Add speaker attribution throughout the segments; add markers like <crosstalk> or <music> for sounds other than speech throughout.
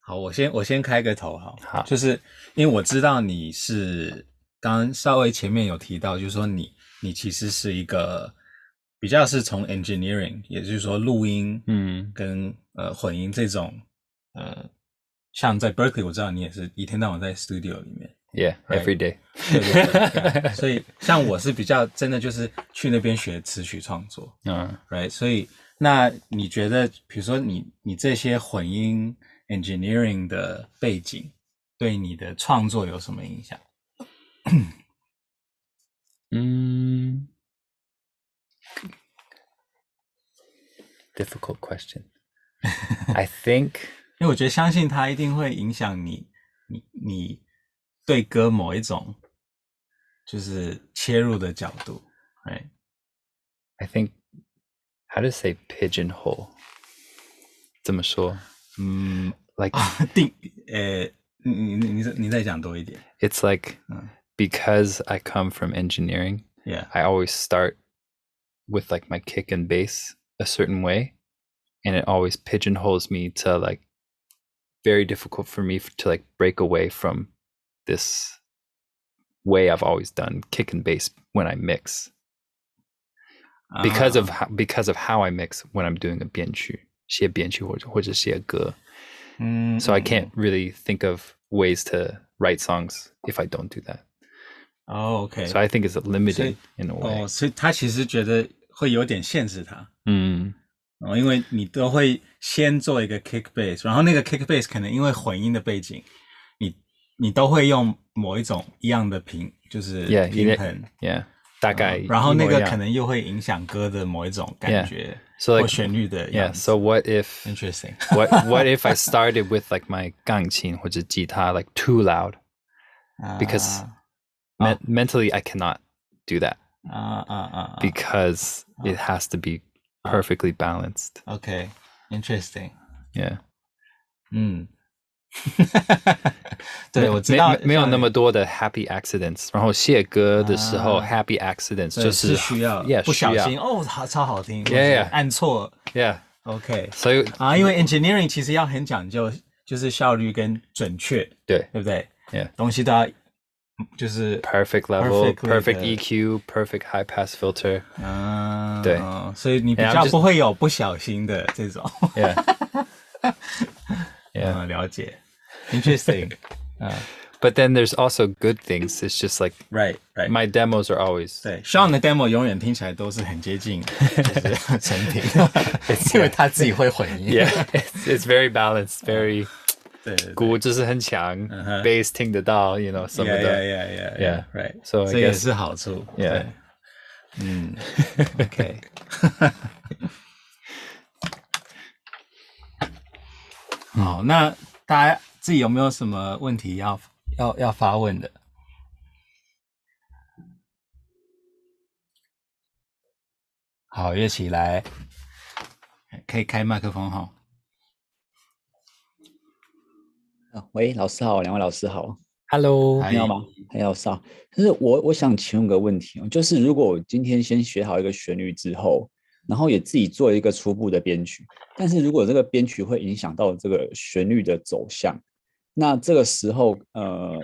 Speaker 1: 好，我先我先开个头好，
Speaker 2: 好
Speaker 1: 就是因为我知道你是刚刚稍微前面有提到，就是说你你其实是一个比较是从 engineering，也就是说录音，
Speaker 2: 嗯
Speaker 1: 跟呃混音这种，呃，像在 Berkeley，我知道你也是一天到晚在 studio 里面，
Speaker 2: ，Yeah,
Speaker 1: Right.
Speaker 2: every day.
Speaker 1: 对对对对啊所以像我是比较真的就是去那边学词曲创作，
Speaker 2: 嗯，
Speaker 1: right？所以那你觉得，比如说你你这些混音 engineering 的背景，对你的创作有什么影响？
Speaker 2: Mm. Difficult question. I think
Speaker 1: 因为我觉得相信它一定会影响你，你你对歌某一种就是切入的角度，right？
Speaker 2: I think how to say pigeonhole. 怎么说？
Speaker 1: 嗯
Speaker 2: Like
Speaker 1: 啊，定呃，你你你你再你再讲多一点
Speaker 2: it's like
Speaker 1: Mm.
Speaker 2: because I come from engineering,
Speaker 1: ，yeah，
Speaker 2: I always start with like my kick and bass a certain way, and it always pigeonholes me to like very difficult for me f- to like break away from this way I've always done kick and bass when I mix
Speaker 1: 啊
Speaker 2: because of how, because of how I mix when I'm doing a 编曲，写编曲或者或者写歌。
Speaker 1: 嗯
Speaker 2: So I
Speaker 1: 嗯
Speaker 2: can't really think of ways to write songs if I don't do that.
Speaker 1: 哦，OK，
Speaker 2: So I think it's limited in a way.
Speaker 1: 哦，所以他其实觉得会有点限制他。
Speaker 2: 嗯。
Speaker 1: 哦，因为你都会先做一个 kick bass，然后那个 kick bass 可能因为混音的背景，你你都会用某一种一样的平，就是平
Speaker 2: Yeah，
Speaker 1: 衡嗯
Speaker 2: 一个，Yeah，大概
Speaker 1: 然后那个
Speaker 2: 一模一样。
Speaker 1: 可能又会影响歌的某一种感
Speaker 2: Yeah，
Speaker 1: 觉
Speaker 2: so
Speaker 1: 或
Speaker 2: like
Speaker 1: 旋律的
Speaker 2: yeah.
Speaker 1: 样子。
Speaker 2: So what if
Speaker 1: interesting， <laughs>
Speaker 2: what what if I started with like my 钢琴或者吉他 like too loud because
Speaker 1: 啊 Oh.
Speaker 2: men- mentally I cannot do that
Speaker 1: 啊啊啊啊
Speaker 2: because
Speaker 1: Oh.
Speaker 2: it has to be perfectly balanced.
Speaker 1: ，OK，interesting，
Speaker 2: Yeah，
Speaker 1: 嗯， <laughs> 对，我知
Speaker 2: 没
Speaker 1: 道
Speaker 2: 没没有那
Speaker 1: 像
Speaker 2: 么多的 happy accidents。然后写歌的时候
Speaker 1: 啊
Speaker 2: happy accidents
Speaker 1: 对
Speaker 2: 就是
Speaker 1: 需要
Speaker 2: yeah
Speaker 1: 不小
Speaker 2: 需要
Speaker 1: 心哦，好超好听，或
Speaker 2: Yeah，
Speaker 1: 者
Speaker 2: yeah
Speaker 1: 按错
Speaker 2: yeah，
Speaker 1: ，OK。
Speaker 2: 所以
Speaker 1: 啊，因为 engineering 其实要很讲究，就是效率跟准确，
Speaker 2: 对
Speaker 1: 对不对
Speaker 2: Yeah
Speaker 1: 东西都要就是
Speaker 2: perfect
Speaker 1: Perfectly
Speaker 2: level perfect
Speaker 1: 的
Speaker 2: EQ perfect high pass filter
Speaker 1: <laughs> 嗯，
Speaker 2: 对，
Speaker 1: 所以你比
Speaker 2: Yeah，
Speaker 1: 较
Speaker 2: I'm just-
Speaker 1: 不会有不小心的这种，
Speaker 2: yeah yeah
Speaker 1: 嗯，了解，interesting，嗯
Speaker 2: <laughs> But then there's also good things. It's just like
Speaker 1: ，right right，
Speaker 2: my demos are always
Speaker 1: 对，Sean 的 demo 永远听起来都是很接近，就是成
Speaker 2: <laughs>
Speaker 1: 品，因为他自己会混音
Speaker 2: yeah, <laughs> it's, it's very balanced, very
Speaker 1: 对对对
Speaker 2: 鼓就是很强 bass 听得到, you know, some
Speaker 1: Uh-huh. yeah
Speaker 2: of
Speaker 1: yeah
Speaker 2: the
Speaker 1: yeah yeah
Speaker 2: Yeah.
Speaker 1: right，
Speaker 2: So I
Speaker 1: 这也
Speaker 2: guess-
Speaker 1: 是好处
Speaker 2: yeah.
Speaker 1: 对，OK，好，那大家自己有没有什么问题要要要发问的？好，乐起来，可以开麦克风哈。
Speaker 3: 啊，喂，老师好，两位老师好，
Speaker 2: Hello.
Speaker 1: 还
Speaker 3: 听到吗？还有老师好，就是我我想请问个问题哦，就是如果我今天先学好一个旋律之后，然后也自己做一个初步的编曲，但是如果这个编曲会影响到这个旋律的走向，那这个时候呃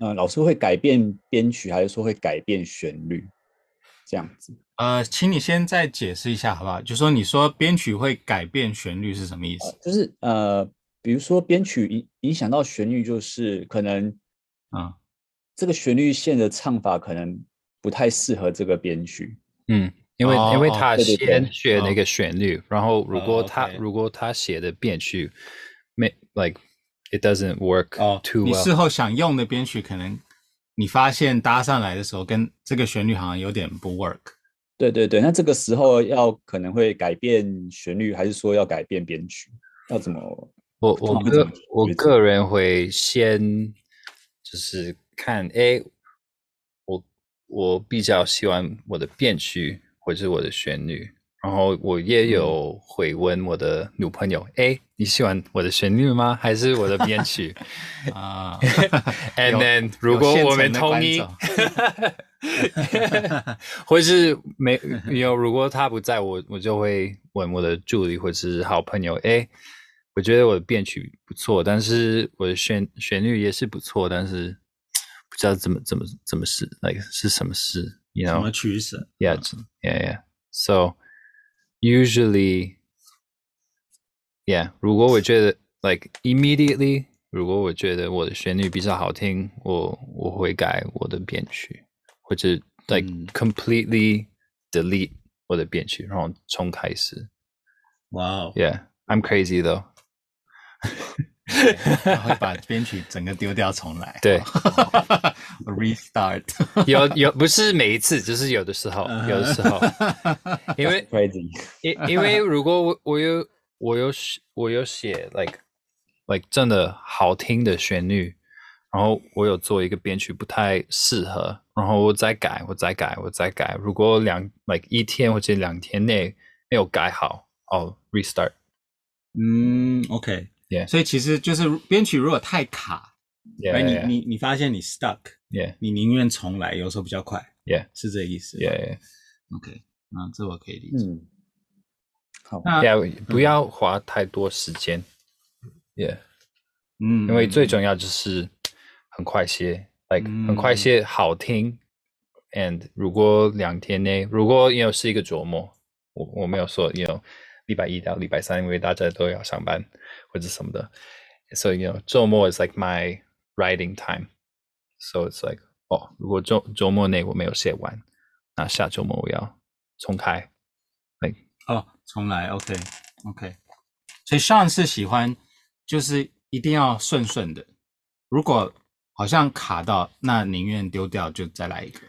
Speaker 3: 呃，老师会改变编曲，还是说会改变旋律？这样子，
Speaker 1: 呃，请你先再解释一下好不好？就说你说编曲会改变旋律是什么意思？
Speaker 3: 就是呃，比如说编曲影影响到旋律，就是可能
Speaker 1: 嗯
Speaker 3: 这个旋律线的唱法可能不太适合这个编曲。
Speaker 2: 因为-
Speaker 1: 哦，
Speaker 2: 因为
Speaker 1: 哦，
Speaker 2: 他
Speaker 3: 对，对，
Speaker 2: 先
Speaker 3: 对。
Speaker 2: 学那个旋律，然后如果他-
Speaker 1: OK。
Speaker 2: 如果他写的编曲没- like it doesn't work
Speaker 1: 哦
Speaker 2: too
Speaker 1: 你
Speaker 2: well.
Speaker 1: 事后想用的编曲，可能你发现搭上来的时候，跟这个旋律好像有点不
Speaker 2: <laughs>
Speaker 1: work。
Speaker 3: 对对对，那这个时候要可能会改变旋律，还是说要改变编曲？要怎么？
Speaker 2: 我
Speaker 3: 通
Speaker 2: 我
Speaker 3: 常会怎
Speaker 2: 个
Speaker 3: 么解
Speaker 2: 我
Speaker 3: 决这
Speaker 2: 个人会先就是看，哎，我我比较喜欢我的编曲或者是我的旋律，然后我
Speaker 3: 嗯
Speaker 2: 也有会问我的女朋友，哎、你喜欢我的旋律吗？还是我的编
Speaker 3: <laughs>
Speaker 2: 曲
Speaker 1: 啊，
Speaker 2: ？And
Speaker 1: 有
Speaker 2: then 如果我们同意
Speaker 1: 有现成，
Speaker 2: <laughs> 或是没有，如果他不在我，我就会问我的助理或者是好朋友，哎，我觉得我的编曲不错，但是我的旋旋律也是不错，但是不知道怎么怎么怎么是 like 是什么事，you
Speaker 1: 什
Speaker 2: know？
Speaker 1: 么取舍？
Speaker 2: Yeah, it's- yeah, yeah. So usually, yeah. 如果我觉得 like immediately，如果我觉得我的旋律比较好听，我我会改我的编曲，或者 like
Speaker 1: 嗯
Speaker 2: completely delete 我的编曲，然后重开始。
Speaker 1: 哇哦，
Speaker 2: Yeah, I'm crazy though.
Speaker 1: 他会把编曲整个丢掉重来。
Speaker 2: 对
Speaker 1: <laughs> ，restart。
Speaker 2: 有有不是每一次，就是有的时候，有的时候，
Speaker 1: <laughs>
Speaker 2: 因为
Speaker 3: crazy，
Speaker 2: 因因为如果我我有我有写我有写 like like 真的好听的旋律，然后我有做一个编曲不太适合，然后我再改，我再改，我再改。如果两 like 一天或者两天内没有改好，哦 restart，
Speaker 1: 嗯，OK，
Speaker 2: Yeah
Speaker 1: 所以其实就是编曲如果太卡，而哎你
Speaker 2: yeah
Speaker 1: 你你发现你 stuck，
Speaker 2: yeah
Speaker 1: 你宁愿重来，有时候比较快。
Speaker 2: Yeah
Speaker 1: 是这个意思。
Speaker 2: yeah
Speaker 1: OK，那这我可以理解。
Speaker 3: 嗯，好，
Speaker 1: 那
Speaker 2: yeah，不要花太多时间，yeah。
Speaker 1: 嗯，
Speaker 2: 因为最重要就是很快些，like
Speaker 1: 嗯
Speaker 2: 很快些好听。And 如果两天内，如果 you know 是一个周末，我我没有说 you know 礼拜一到礼拜三，因为大家都要上班或者什么的，so you know 周末 is like my writing time。So it's like 哦，如果周周末内我没有写完，那下周末我要重开。like
Speaker 1: 哦，重来，OK OK。所以上次喜欢就是一定要顺顺的，如果好像卡到，那宁愿丢掉就再来一个。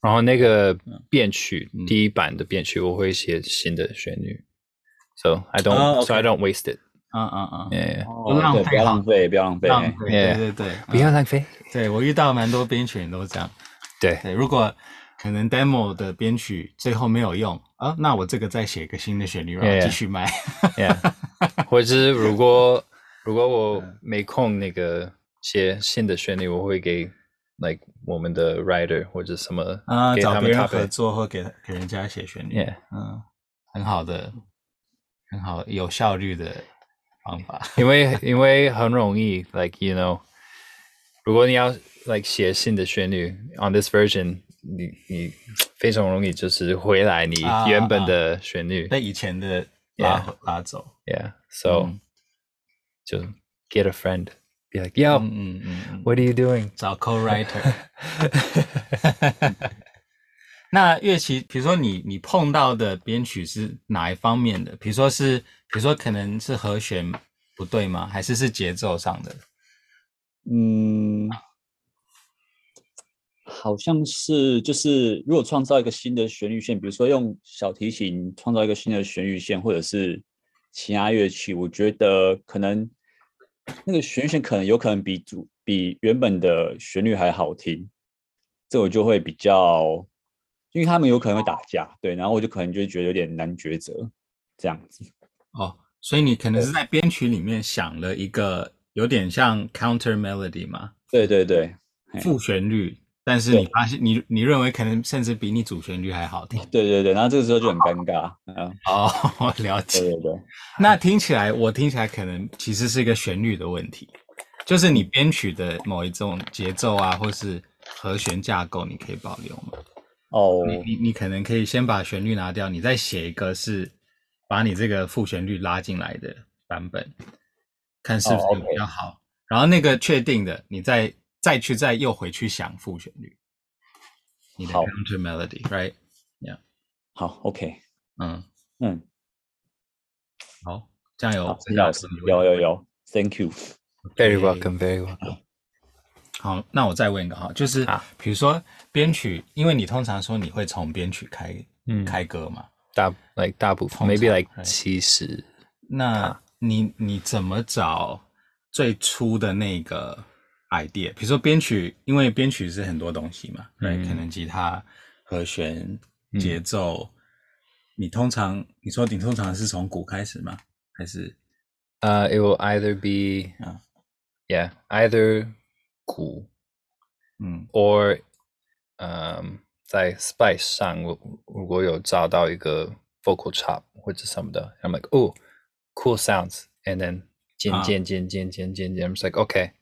Speaker 2: 然后那个编曲、
Speaker 1: 嗯
Speaker 2: 第一版的编曲，我会写新的旋律，so I don't、
Speaker 1: 哦，OK
Speaker 2: so I don't waste it，、
Speaker 1: 嗯嗯嗯，
Speaker 2: yeah,
Speaker 1: 不
Speaker 3: 哦，
Speaker 1: 浪
Speaker 3: 对，
Speaker 1: 费
Speaker 3: 不要
Speaker 1: 好
Speaker 3: 浪费，不要浪费，
Speaker 1: 浪费，对
Speaker 2: Yeah
Speaker 1: 对对，嗯
Speaker 2: 不要浪费。
Speaker 1: 对我遇到蛮多编曲人都这样。
Speaker 2: 对
Speaker 1: 对，如果可能 demo 的编曲最后没有用啊，那我这个再写一个新的旋律，然
Speaker 2: Yeah,
Speaker 1: 后
Speaker 2: yeah.
Speaker 1: 继续卖。
Speaker 2: <laughs> ，yeah，或
Speaker 1: 嗯
Speaker 2: 者是如果 <laughs> 如果我没空那个写新的旋律，我会给 like 我们的 writer 或者什么
Speaker 1: 啊，
Speaker 2: 给
Speaker 1: 找
Speaker 2: 他
Speaker 1: 别
Speaker 2: 们
Speaker 1: 人
Speaker 2: topic
Speaker 1: 合作或给给人家写旋律
Speaker 2: Yeah
Speaker 1: 嗯，很好的，很好有效率的方法。
Speaker 2: 因为 <laughs> 因为很容易，like you know，如果你要 like 写新的旋律 on this version，你你非常容易就是回来你
Speaker 1: 啊
Speaker 2: 原本的旋律、
Speaker 1: 被以前的拉拉走。
Speaker 2: y e a h so、
Speaker 1: 嗯
Speaker 2: 就 get a friend，be like yo，what、
Speaker 1: 嗯嗯嗯，
Speaker 2: are you
Speaker 1: <laughs>
Speaker 2: doing？
Speaker 1: 找 co-writer。那乐器，比如说你你碰到的编曲是哪一方面的？比如说是，比如说可能是和弦不对吗？还是是节奏上的？
Speaker 3: 嗯，好像是就是，如果创造一个新的旋律线，比如说用小提琴创造一个新的旋律线，或者是其他乐器，我觉得可能那个旋律线可能有可能比主比原本的旋律还好听，这我就会比较，因为他们有可能会打架，对，然后我就可能就会觉得有点难抉择，这样子，
Speaker 1: 哦，所以你可能是在编曲里面想了一个有点像 counter melody 嘛，
Speaker 3: 对对对，嘿
Speaker 1: 副旋律，但是你发现你你认为可能甚至比你主旋律还好听。
Speaker 3: 对对对，然后这个时候就很尴尬，嗯，
Speaker 1: 哦，我 <laughs> 了解
Speaker 3: 对。对对。
Speaker 1: 那听起来，我听起来可能其实是一个旋律的问题，就是你编曲的某一种节奏啊，或是和弦架构，你可以保留吗？
Speaker 3: 哦，
Speaker 1: 你你你可能可以先把旋律拿掉，你再写一个是把你这个副旋律拉进来的版本，看是不
Speaker 3: 哦
Speaker 1: 是
Speaker 3: ，OK
Speaker 1: 比较好。然后那个确定的，你再再去再又回去想副旋律，你的
Speaker 3: 好
Speaker 1: counter melody，right？
Speaker 3: 好，OK，
Speaker 1: 嗯，
Speaker 3: 嗯，
Speaker 1: 好，这样有
Speaker 3: 好，
Speaker 1: 这
Speaker 3: 谢老
Speaker 1: 样
Speaker 3: 师
Speaker 1: 有，
Speaker 3: 有有有，Thank you。
Speaker 2: Very welcome, very welcome.
Speaker 1: 好，那我再问一个哈，就是
Speaker 2: 好
Speaker 1: 比如说编曲，因为你通常说你会从编曲开、
Speaker 2: 嗯
Speaker 1: 开歌嘛，
Speaker 2: 大 like 大部分
Speaker 1: 通常
Speaker 2: ，maybe
Speaker 1: Mm.
Speaker 2: like
Speaker 1: right
Speaker 2: 七十。
Speaker 1: 那你你怎么找最初的那个 idea？比如说编曲，因为编曲是很多东西嘛，对、
Speaker 2: 嗯
Speaker 1: 可能吉他、和弦、
Speaker 2: 嗯
Speaker 1: 节奏。你通常你说你通常是从鼓开始吗？还是
Speaker 2: Uh, it will either be,
Speaker 1: Ah.
Speaker 2: yeah, either 鼓
Speaker 1: 嗯
Speaker 2: or, um, 在 Spice 上，我如果有找到一个 vocal chop 或者什么的，I'm like, oh, cool sounds, and then 尖
Speaker 1: 啊
Speaker 2: 尖尖尖尖尖尖. I'm just like okay,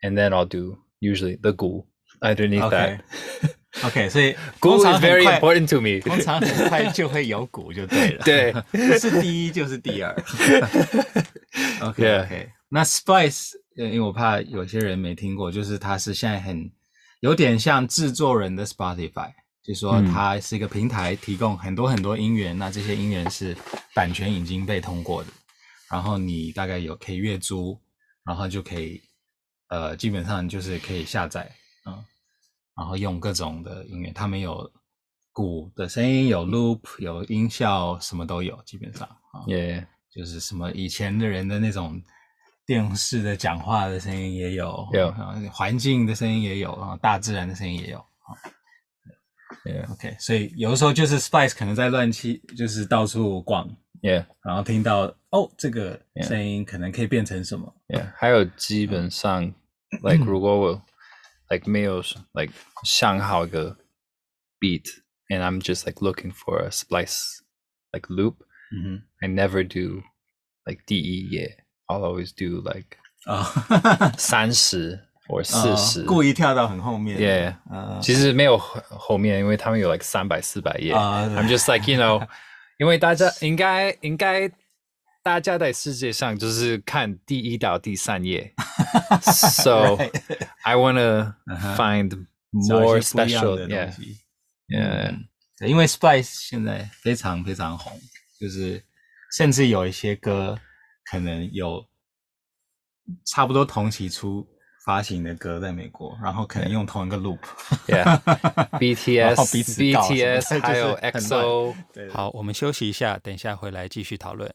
Speaker 2: and then I'll do usually the ghoul underneath
Speaker 1: <laughs> Okay.
Speaker 2: that.
Speaker 1: OK，所以
Speaker 2: Ghoul
Speaker 1: 通常
Speaker 2: is
Speaker 1: 很
Speaker 2: very
Speaker 1: 快
Speaker 2: important to me.
Speaker 1: 通常很快就会有鼓就对了。
Speaker 2: 对
Speaker 1: 不是第一就是第
Speaker 2: <laughs>
Speaker 1: 二。OK
Speaker 2: Yeah.
Speaker 1: OK，那 Splice，呃因为我怕有些人没听过，就是它是现在很有点像制作人的 Spotify，就是说
Speaker 2: 嗯
Speaker 1: 它是一个平台，提供很多很多音源，那这些音源是版权已经被通过的，然后你大概有可以月租，然后就可以，呃，基本上就是可以下载，嗯，然后用各种的音乐，他们有鼓的声音，有 loop，有音效，什么都有，基本上啊，
Speaker 2: Yeah.
Speaker 1: 就是什么以前的人的那种电视的讲话的声音也有，
Speaker 2: 有
Speaker 1: 啊环境的声音也有，啊，大自然的声音也有。啊
Speaker 2: Yeah.
Speaker 1: OK，所以有的时候就是 Spice 可能在乱七，就是到处逛，
Speaker 2: Yeah.
Speaker 1: 然后听到哦，这个
Speaker 2: Yeah
Speaker 1: 声音可能可以变成什么
Speaker 2: Yeah，还有基本
Speaker 1: <clears throat>
Speaker 2: 上，like 如果我 like 没有 like 想好一个 beat，and I'm just like looking for a splice like loop，
Speaker 1: 嗯
Speaker 2: I never do like 第一页，I'll always do like
Speaker 1: 哼
Speaker 2: <laughs>
Speaker 1: 啊，
Speaker 2: 三十 or 四十、
Speaker 1: 啊故意跳到很后面
Speaker 2: Yeah，
Speaker 1: 呃
Speaker 2: 其实没有后后面，因为他们有 like 三百四百页。
Speaker 1: 啊
Speaker 2: I'm just like you know，因 <laughs> 为大家应该应该大家在世界上就是看第一到第三 <laughs> 页，so
Speaker 1: Right.
Speaker 2: I wanna
Speaker 1: 哼
Speaker 2: find
Speaker 1: 找
Speaker 2: more
Speaker 1: 一些不一样
Speaker 2: special
Speaker 1: 的东
Speaker 2: yeah
Speaker 1: 西。
Speaker 2: yeah
Speaker 1: 对，因为 Splice 现在非常非常红，就是甚至有一些歌可能有差不多同期出发行的歌在美国，然后可能用同一个 loop。
Speaker 2: yeah <laughs>
Speaker 1: <laughs>
Speaker 2: BTS
Speaker 1: 然后彼此告什么的
Speaker 2: <laughs> BTS 还有
Speaker 1: 就是很乱
Speaker 2: XO
Speaker 1: 对
Speaker 4: 好，我们休息一下，等一下回来继续讨论。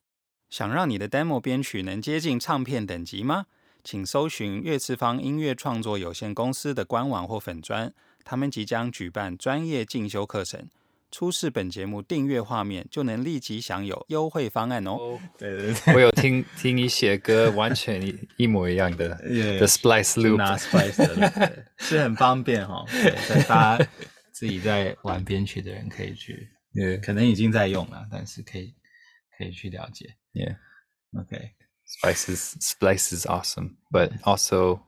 Speaker 4: 想让你的 demo 编曲能接近唱片等级吗？请搜寻乐次方音乐创作有限公司的官网或粉专，他们即将举办专业进修课程。出示本节目订阅画面，就能立即享有优惠方案哦。
Speaker 1: 对对对
Speaker 2: <laughs> 我有听听一些歌，完全一一模一样的
Speaker 1: Yeah，
Speaker 2: 的 splice
Speaker 1: 就拿
Speaker 2: loop。
Speaker 1: Splice 的 loop，对是很方便哈、哦，对所以大家自己在玩编曲的人可以
Speaker 2: <laughs>
Speaker 1: 去，
Speaker 2: Yeah
Speaker 1: 可能已经在用了，但是可以可以去了解。
Speaker 2: Yeah.
Speaker 1: OK，
Speaker 2: Splice is Splice is awesome, but also,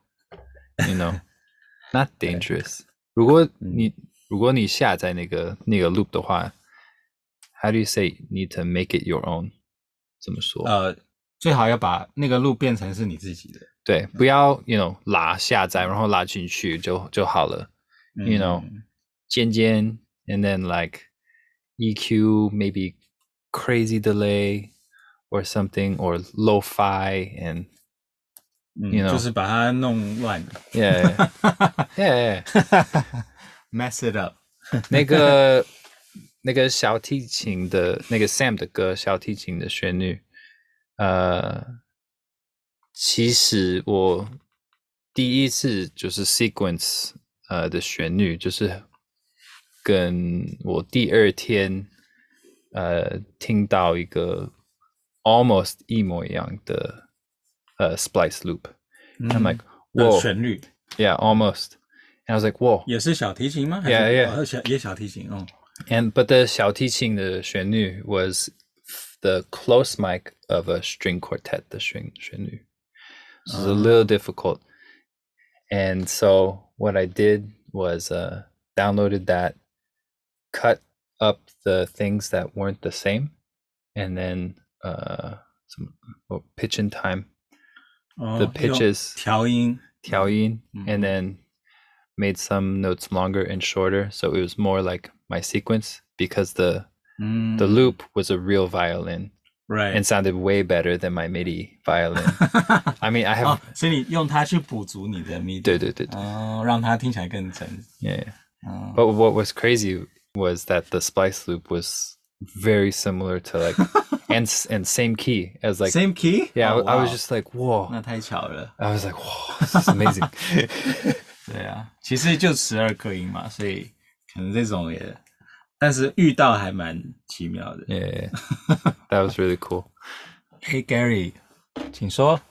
Speaker 2: you know, <laughs> not dangerous. 如果你如果你下载那个那个 loop 的话，How do you say you need to make it your own？怎么说？
Speaker 1: 呃，最好要把那个 loop 变成是你自己的。
Speaker 2: 对，不要 you know 拉下载，然后拉进去就就好了。You know，尖尖，and then like EQ maybe crazy delay or something or lo-fi and
Speaker 1: 嗯
Speaker 2: you know
Speaker 1: 就是把它弄乱
Speaker 2: yeah yeah, yeah.。
Speaker 1: ，mess it up。
Speaker 2: 那个 <laughs> 那个小提琴的那个 Sam 的歌，小提琴的旋律，呃，其实我第一次就是 sequence 呃的旋律，就是跟我第二天呃听到一个 almost 一模一样的呃 splice loop，
Speaker 1: 嗯
Speaker 2: I'm like
Speaker 1: 的
Speaker 2: whoa
Speaker 1: 旋律
Speaker 2: yeah almost，and I was like whoa
Speaker 1: 也是小提琴吗还是
Speaker 2: Yeah, yeah.
Speaker 1: 哦小也小提琴哦。
Speaker 2: And but the 小提琴的旋律 was the close mic of a string quartet 的旋旋律，so it's a little difficult. And so what I did was uh, downloaded that, cut up the things that weren't the same, and then uh, some oh, pitch and time
Speaker 1: 哦
Speaker 2: the
Speaker 1: 用
Speaker 2: pitches
Speaker 1: 调音，
Speaker 2: Tiaoyin,
Speaker 1: Mhm.
Speaker 2: and then made some notes longer and shorter, so it was more like my sequence because the
Speaker 1: 嗯
Speaker 2: the loop was a real
Speaker 1: Mm.
Speaker 2: violin
Speaker 1: ，right，
Speaker 2: and sounded way better than my MIDI
Speaker 1: <laughs>
Speaker 2: violin. I mean, I
Speaker 1: 哦
Speaker 2: have，
Speaker 1: 所以你用它去补足你的 midi，
Speaker 2: 对对对对
Speaker 1: 哦，让它听起来更真。
Speaker 2: yeah.
Speaker 1: 嗯
Speaker 2: But what was crazy was that the splice loop was very similar to
Speaker 1: <laughs>
Speaker 2: like and s- and same key as like
Speaker 1: ，same key，
Speaker 2: yeah. I,
Speaker 1: Oh,
Speaker 2: w- I was
Speaker 1: wow
Speaker 2: just like whoa.
Speaker 1: 那太巧了。
Speaker 2: I was like whoa, this is amazing.
Speaker 1: <laughs> 对啊，其实就十二个音嘛，所以可能这种也，但是遇到还蛮奇妙的。
Speaker 2: yeah, that was really cool.
Speaker 1: Hey Gary，请说。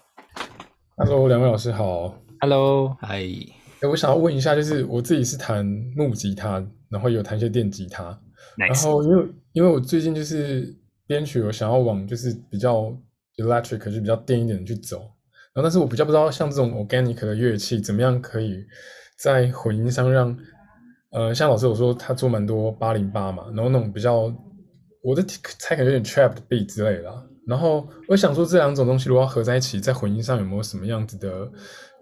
Speaker 5: Hello，两位老师好。
Speaker 2: Hello.
Speaker 1: 嗨，
Speaker 5: 哎，我想要问一下，就是我自己是弹木吉他，然后也有弹一些电吉他。然
Speaker 2: Nice.
Speaker 5: 后因为因为我最近就是编曲，我想要往就是比较 electric 就比较电一点的去走。然后，但是我比较不知道像这种 organic 的乐器怎么样可以在混音上让，呃，像老师我说他做蛮多八零八嘛，然后那种比较我的猜可能有点 trap 的 beat 之类的啊。然后我想说这两种东西如果要合在一起，在混音上有没有什么样子的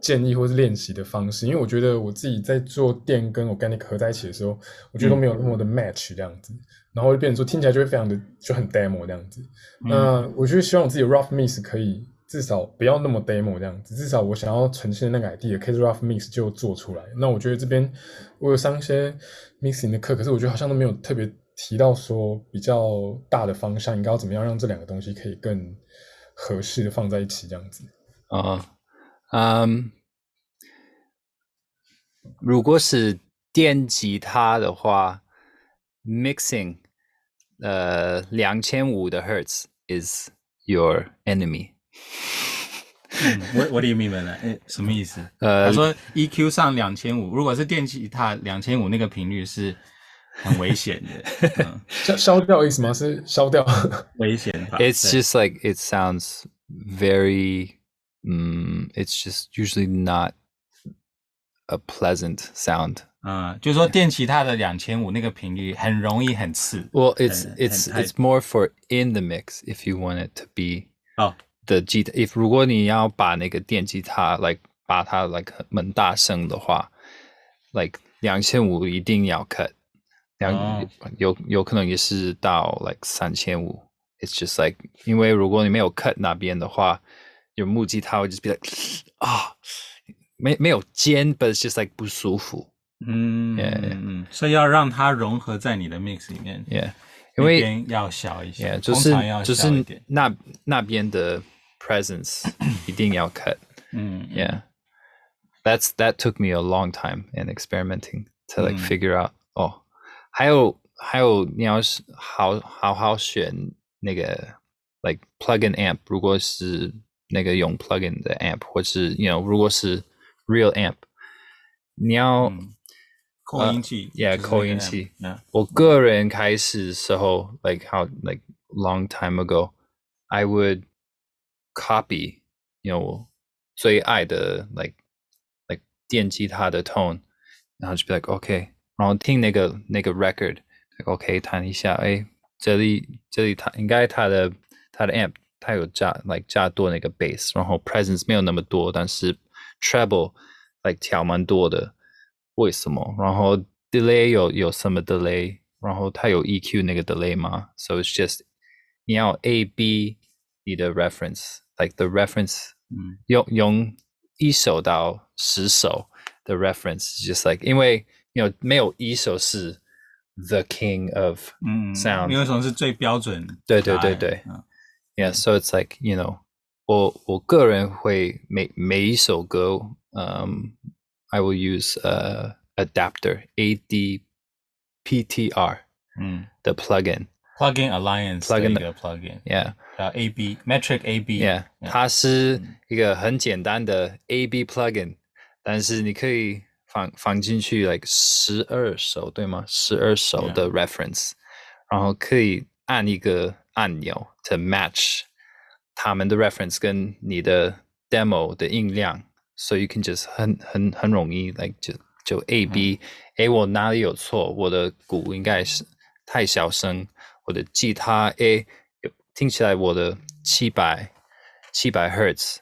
Speaker 5: 建议或是练习的方式？因为我觉得我自己在做电跟 organic 合在一起的时候，我觉得都没有那么的 match 这样子，然后就变成说听起来就会非常的就很 demo 这样子。那我就希望我自己的 rough mix 可以至少不要那么 demo 这样子，至少我想要呈现的那个 idea 可以 rough mix 就做出来。那我觉得这边我有上一些 mixing 的课，可是我觉得好像都没有特别提到说比较大的方向，应该要怎么样让这两个东西可以更合适的放在一起这样子。
Speaker 2: 啊，嗯，如果是电吉他的话，mixing，呃，两千五的 hertz is your enemy。
Speaker 1: 我我理明白了，哎，什么意思？
Speaker 2: <laughs> 呃
Speaker 1: 他说 EQ 上两千五，如果是电吉他两千五那个频率是很危险
Speaker 2: <laughs>
Speaker 1: 的，嗯、
Speaker 5: 消消掉的意思吗？是消掉？ <laughs>
Speaker 1: 危险吧
Speaker 2: It's
Speaker 1: 对
Speaker 2: just like it sounds very. Mm, it's just usually not a pleasant sound.
Speaker 1: 嗯，就是说电吉他的两千五那个频率很容易很刺。
Speaker 2: Well, it's
Speaker 1: and-
Speaker 2: it's
Speaker 1: and I-
Speaker 2: it's more for in the mix if you want it to be
Speaker 1: 哦，
Speaker 2: the 吉他。If 如果你要把那个电吉他 like 把它 like 很大声的话，like 两千五一定要 cut，两、
Speaker 1: 哦
Speaker 2: 有有可能也是到 like 三千五。It's just like 因为如果你没有 cut 那边的话，有木吉他会 just be like 啊，没没有尖，but it's just like 不舒服。
Speaker 1: 嗯
Speaker 2: Yeah,
Speaker 1: 嗯嗯，所以要让它融合在你的 mix 里面，
Speaker 2: Yeah，因为
Speaker 1: 一边要小一些
Speaker 2: Yeah，就
Speaker 1: 通
Speaker 2: 是
Speaker 1: 常要
Speaker 2: 就
Speaker 1: 小一
Speaker 2: 是
Speaker 1: 点，
Speaker 2: 那那边的
Speaker 1: <coughs>
Speaker 2: presence 一定要 cut。
Speaker 1: 嗯，嗯
Speaker 2: Yeah, that's that took me a long time and experimenting to like
Speaker 1: 嗯
Speaker 2: figure out. 哦，还有还有，你要是好好好选那个 like plug in amp，如果是那个用 plug in 的 amp，或是 you know 如果是 real amp，你要、
Speaker 1: 嗯扩音器
Speaker 2: yeah，
Speaker 1: 就是那个
Speaker 2: 扩音器
Speaker 1: amp，嗯
Speaker 2: 我个人开始时候，like how like long time ago, I would copy，you know 我最爱的 like like 电吉他的 tone，然后就 be like OK，然后听那个那个 record，like OK 弹一下，哎，这里这里它应该它的它的 amp 它有加 like 加多那个 bass，然后 presence 没有那么多，但是 treble like 调蛮多的，为什么？然后 delay 有有什么 delay？然后它有 EQ 那个 delay 吗？So it's just 你要 A B 你的 reference，like the reference
Speaker 1: 嗯
Speaker 2: 用用一首到十首的 reference is just like 因为 you know 没有一首是 the king of
Speaker 1: 嗯
Speaker 2: sound
Speaker 1: 因为什么是最标准的答案？
Speaker 2: 对对对对
Speaker 1: 嗯
Speaker 2: Yeah, so it's like you know，我我个人会每每一首歌，嗯、i will use 呃、adapter A D P T R
Speaker 1: 嗯
Speaker 2: 的 plugin。
Speaker 1: ，plugin alliance 的
Speaker 2: Plugin
Speaker 1: 一个 plugin，
Speaker 2: Yeah,
Speaker 1: 叫 AB metric AB，
Speaker 2: yeah，
Speaker 1: 嗯
Speaker 2: 它是一个很简单的 A B plugin，但是你可以放放进去 like 十二首对吗？十二首
Speaker 1: Yeah
Speaker 2: 的 reference，、然后可以按一个按钮 to match 他们的 reference 跟你的 demo 的音量，so you can just 很很很容易 like 就就 A B，诶，我哪里有错？我的鼓应该是太小声，我的吉他诶，听起来我的七百七百 hertz。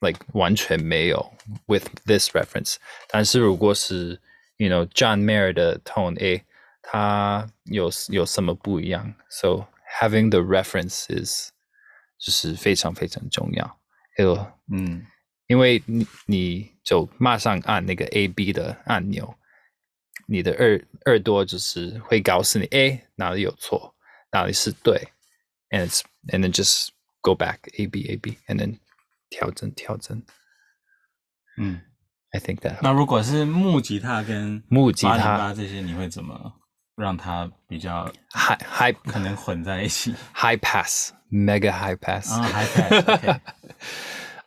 Speaker 2: like 完全没有 with this reference。但是如果是 you know John Mayer 的 tone A，它有有什么不一样？So having the reference is 就是非常非常重要。It'll
Speaker 1: 嗯
Speaker 2: 因为你你就马上按那个 A B 的按钮，你的耳耳朵就是会告诉你，哎，哪里有错，哪里是对，and it's and then just go back A B A B and then 调整调整。
Speaker 1: 嗯。
Speaker 2: I think that
Speaker 1: 那如果是木吉他跟
Speaker 2: 木吉
Speaker 1: 八零八
Speaker 2: 他
Speaker 1: 这些，你会怎么让它比较
Speaker 2: high high
Speaker 1: 可能混在一
Speaker 2: <laughs>
Speaker 1: 起
Speaker 2: high pass mega high pass
Speaker 1: 啊？还在
Speaker 2: <laughs>
Speaker 1: OK，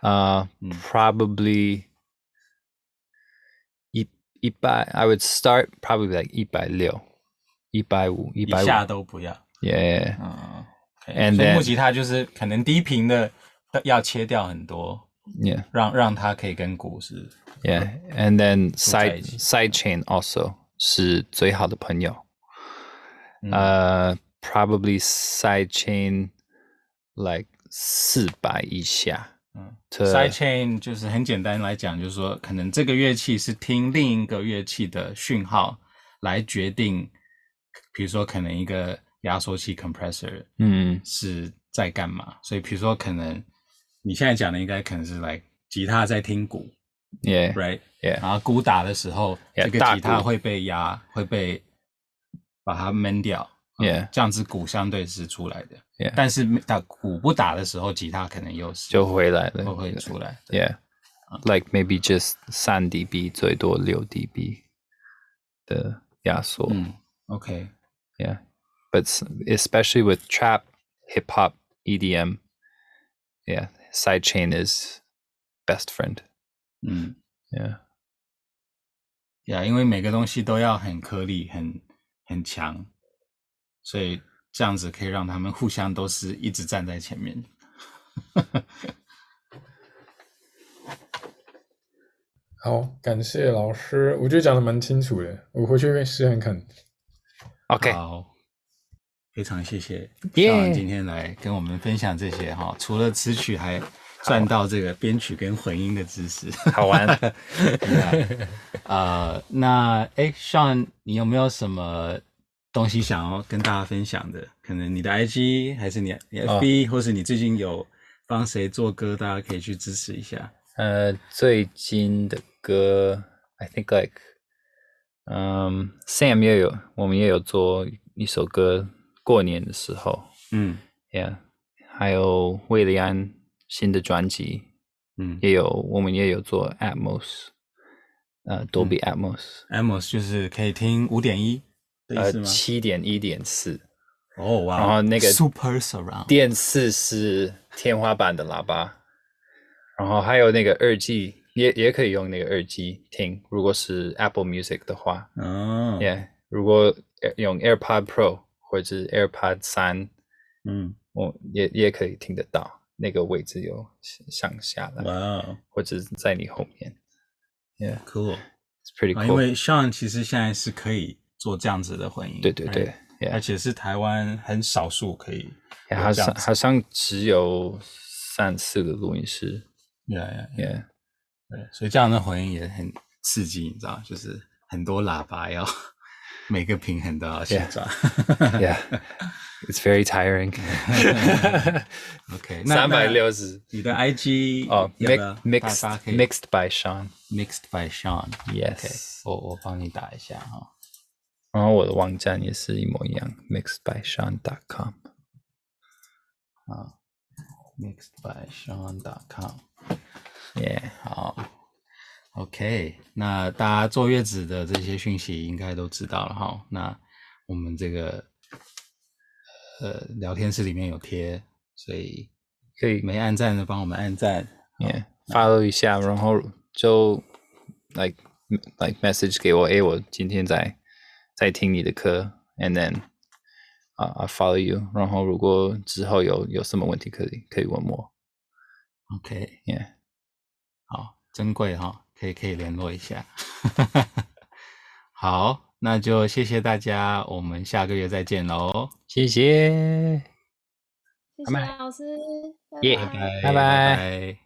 Speaker 2: uh,
Speaker 1: Mm.
Speaker 2: probably e- ibai. I would start probably like ibai liu, ibai wu,
Speaker 1: 以
Speaker 2: ibai
Speaker 1: 下都不要，
Speaker 2: Yeah,
Speaker 1: 嗯。OK，
Speaker 2: And
Speaker 1: 所以
Speaker 2: then-
Speaker 1: 木吉他就是可能低频的要切掉很多，
Speaker 2: Yeah,
Speaker 1: 让让它可以跟鼓是
Speaker 2: yeah, and then
Speaker 1: 在一
Speaker 2: side
Speaker 1: 起
Speaker 2: side chain also 是最好的朋友。
Speaker 1: 嗯
Speaker 2: 呃、p r o b a b l y side chain like 四百以下。
Speaker 1: 嗯
Speaker 2: to
Speaker 1: side chain，就是很简单来讲，就是说可能这个乐器是听另一个乐器的讯号来决定，比如说可能一个压缩器 compressor
Speaker 2: 嗯
Speaker 1: 是在干嘛，所以比如说可能你现在讲的应该可能是来吉他在听鼓
Speaker 2: ，yeah,
Speaker 1: ，right？
Speaker 2: yeah.
Speaker 1: 然后鼓打的时候
Speaker 2: Yeah，
Speaker 1: 这个
Speaker 2: 大
Speaker 1: 吉他
Speaker 2: 鼓
Speaker 1: 会被压，会被把它闷掉。嗯
Speaker 2: Yeah
Speaker 1: 这样子鼓相对是出来的。
Speaker 2: Yeah
Speaker 1: 但是打鼓不打的时候，吉他可能又是
Speaker 2: 就回来了
Speaker 1: 都会出来。
Speaker 2: Yeah, like maybe just 三 dB 最多六 dB 的压缩。
Speaker 1: 嗯，OK，
Speaker 2: Yeah, but s- especially with trap, hip hop, E EDM, yeah, sidechain is best friend.
Speaker 1: 嗯
Speaker 2: Yeah,
Speaker 1: 呀因为每个东西都要很颗粒、很很强，所以这样子可以让他们互相都是一直站在前面。
Speaker 5: 好，感谢老师，我觉得讲的蛮清楚的，我回去会试看看。
Speaker 2: okay.
Speaker 1: 好，非常谢谢肖恩今天来跟我们分享这些哈，除了词曲还赚到这个编曲跟混音的知
Speaker 2: <laughs>
Speaker 1: 识，
Speaker 2: 好玩
Speaker 1: Yeah 呃，那哎，肖恩，你有没有什么东西想要跟大家分享的？可能你的 IG 还是你你
Speaker 2: 哦
Speaker 1: FB，、或是你最近有帮谁做歌，大家可以去支持一下。
Speaker 2: 呃，最近的歌，I think like，嗯、um,，Sam 也有，我们也有做一首歌，过年的时候，Yeah，还有魏丽安新的专辑也有，
Speaker 1: 嗯嗯
Speaker 2: 我们也有做 Atmos，呃，Dolby
Speaker 1: 嗯
Speaker 2: Atmos，
Speaker 1: ，Amos 就是可以听五点啊一的意思吗？
Speaker 2: 呃，七点一点四，
Speaker 1: 哦哇，
Speaker 2: 然后那个
Speaker 1: Super Surround
Speaker 2: 电视是天花板的喇叭，然后还有那个耳机，也也可以用那个耳机听。如果是 Apple Music 的话，
Speaker 1: 哦，
Speaker 2: yeah, 如果呃用 AirPod Pro 或者是 AirPod 三，
Speaker 1: 嗯，
Speaker 2: 我也也可以听得到。那个位置有上下
Speaker 1: 哇
Speaker 2: 的，
Speaker 1: 哦
Speaker 2: 或者是在你后面。Yeah,
Speaker 1: ，cool。
Speaker 2: it's pretty
Speaker 1: 啊，因
Speaker 2: cool.
Speaker 1: 为 Sean 其实现在是可以做这样子的混音，
Speaker 2: 对对对
Speaker 1: right？而
Speaker 2: ，Yeah，
Speaker 1: 且是台湾很少数可以有
Speaker 2: 好
Speaker 1: 这样
Speaker 2: 像
Speaker 1: 子
Speaker 2: 好像只有三四个录音师。
Speaker 1: Yeah, yeah, yeah. <laughs>
Speaker 2: Yeah，
Speaker 1: 对，所以这样的混音也很刺激，你知道，就是很多喇叭要每个平衡都要去抓。
Speaker 2: 啊 Yeah, it's very tiring.
Speaker 1: OK，那
Speaker 2: 三百六十
Speaker 1: 你的 IG
Speaker 2: 哦
Speaker 1: 要不要
Speaker 2: ，mixed
Speaker 1: 大家
Speaker 2: mixed
Speaker 1: 可以
Speaker 2: mixed by Sean.
Speaker 1: mixed by Sean。OK，
Speaker 2: Yes，
Speaker 1: 我我帮你打一下哈。
Speaker 2: 然后我的网站也是一模一样，mixed by Sean dot com。
Speaker 1: 啊，mixed by Sean.com。
Speaker 2: Yeah，
Speaker 1: 好，OK，那大家坐月子的这些讯息应该都知道了哈。那我们这个呃聊天室里面有贴，所以
Speaker 2: 可以
Speaker 1: 没按赞的帮我们按赞。
Speaker 2: ，Yeah follow 一下，然后就 like like message 给我，诶，我今天在在听你的课，and then 啊、I follow you，然后如果之后有有什么问题可以可以问我
Speaker 1: OK，
Speaker 2: ，Yeah，
Speaker 1: 好，珍贵哈、可以可以联络一下。 <laughs> 好，那就谢谢大家，我们下个月再见喽，
Speaker 2: 谢谢。
Speaker 6: 谢
Speaker 2: 好
Speaker 6: 谢
Speaker 2: 嘛
Speaker 6: 老师，
Speaker 2: 耶
Speaker 6: 拜拜
Speaker 2: 拜拜
Speaker 1: 拜拜